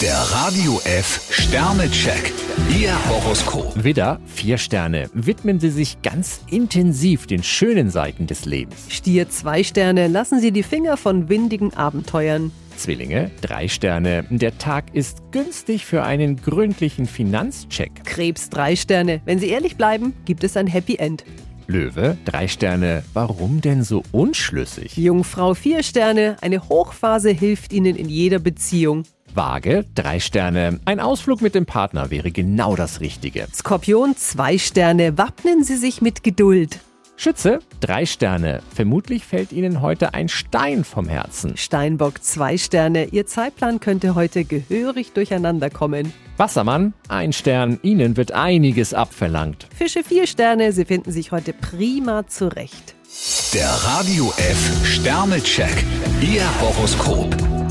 Der Radio F Sternecheck. Ihr Horoskop. Widder, vier Sterne. Widmen Sie sich ganz intensiv den schönen Seiten des Lebens. Stier zwei Sterne, lassen Sie die Finger von windigen Abenteuern. Zwillinge, drei Sterne. Der Tag ist günstig für einen gründlichen Finanzcheck. Krebs drei Sterne, wenn Sie ehrlich bleiben, gibt es ein Happy End. Löwe, drei Sterne. Warum denn so unschlüssig? Jungfrau vier Sterne, eine Hochphase hilft Ihnen in jeder Beziehung. Waage, drei Sterne. Ein Ausflug mit dem Partner wäre genau das Richtige. Skorpion zwei Sterne, wappnen Sie sich mit Geduld. Schütze, drei Sterne. Vermutlich fällt Ihnen heute ein Stein vom Herzen. Steinbock zwei Sterne, Ihr Zeitplan könnte heute gehörig durcheinander kommen. Wassermann, ein Stern. Ihnen wird einiges abverlangt. Fische vier Sterne, Sie finden sich heute prima zurecht. Der Radio F Sternecheck. Ihr Horoskop.